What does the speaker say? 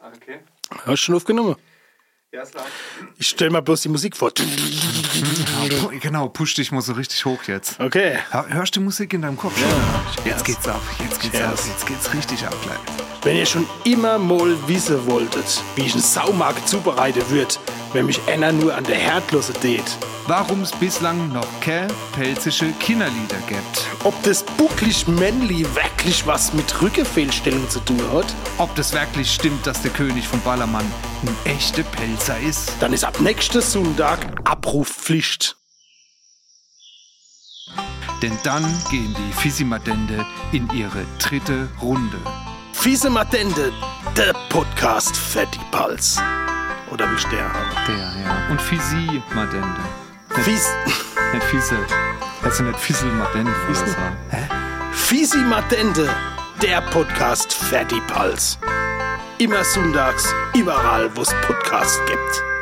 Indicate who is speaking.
Speaker 1: Okay.
Speaker 2: Hast du schon aufgenommen?
Speaker 1: Ja, ist lang.
Speaker 2: Ich stelle mir bloß die Musik vor.
Speaker 3: Pu- Genau, push dich mal so richtig hoch jetzt.
Speaker 2: Okay.
Speaker 3: Hör- Hörst du die Musik in deinem Kopf? Ja. Jetzt geht's ab, jetzt geht's ab,
Speaker 2: Yes.
Speaker 3: jetzt geht's richtig ab gleich.
Speaker 2: Wenn ihr schon immer mal wissen wolltet, wie ich einen Saumarkt zubereiten würde, wenn mich einer nur an der Herdlose tät,
Speaker 3: Warum es bislang noch keine pelzische Kinderlieder gibt,
Speaker 2: ob das bucklig männli wirklich was mit Rückenfehlstellung zu tun hat,
Speaker 3: ob das wirklich stimmt, dass der König von Ballermann ein echter Pelzer ist.
Speaker 2: dann ist ab nächsten Sonntag Abrufpflicht.
Speaker 3: Denn dann gehen die Fissimadende in ihre dritte Runde.
Speaker 2: Fiese Matende, der Podcast Fatty Pulse. Oder wie ich der?
Speaker 3: Der, ja. Und Fissimadende.
Speaker 2: Fies,
Speaker 3: Nicht Fisse. Also nicht Fisselmadende oder so.
Speaker 2: Fiesi Matende, der Podcast Fatty Pulse. Immer sonntags, überall, wo es Podcasts gibt.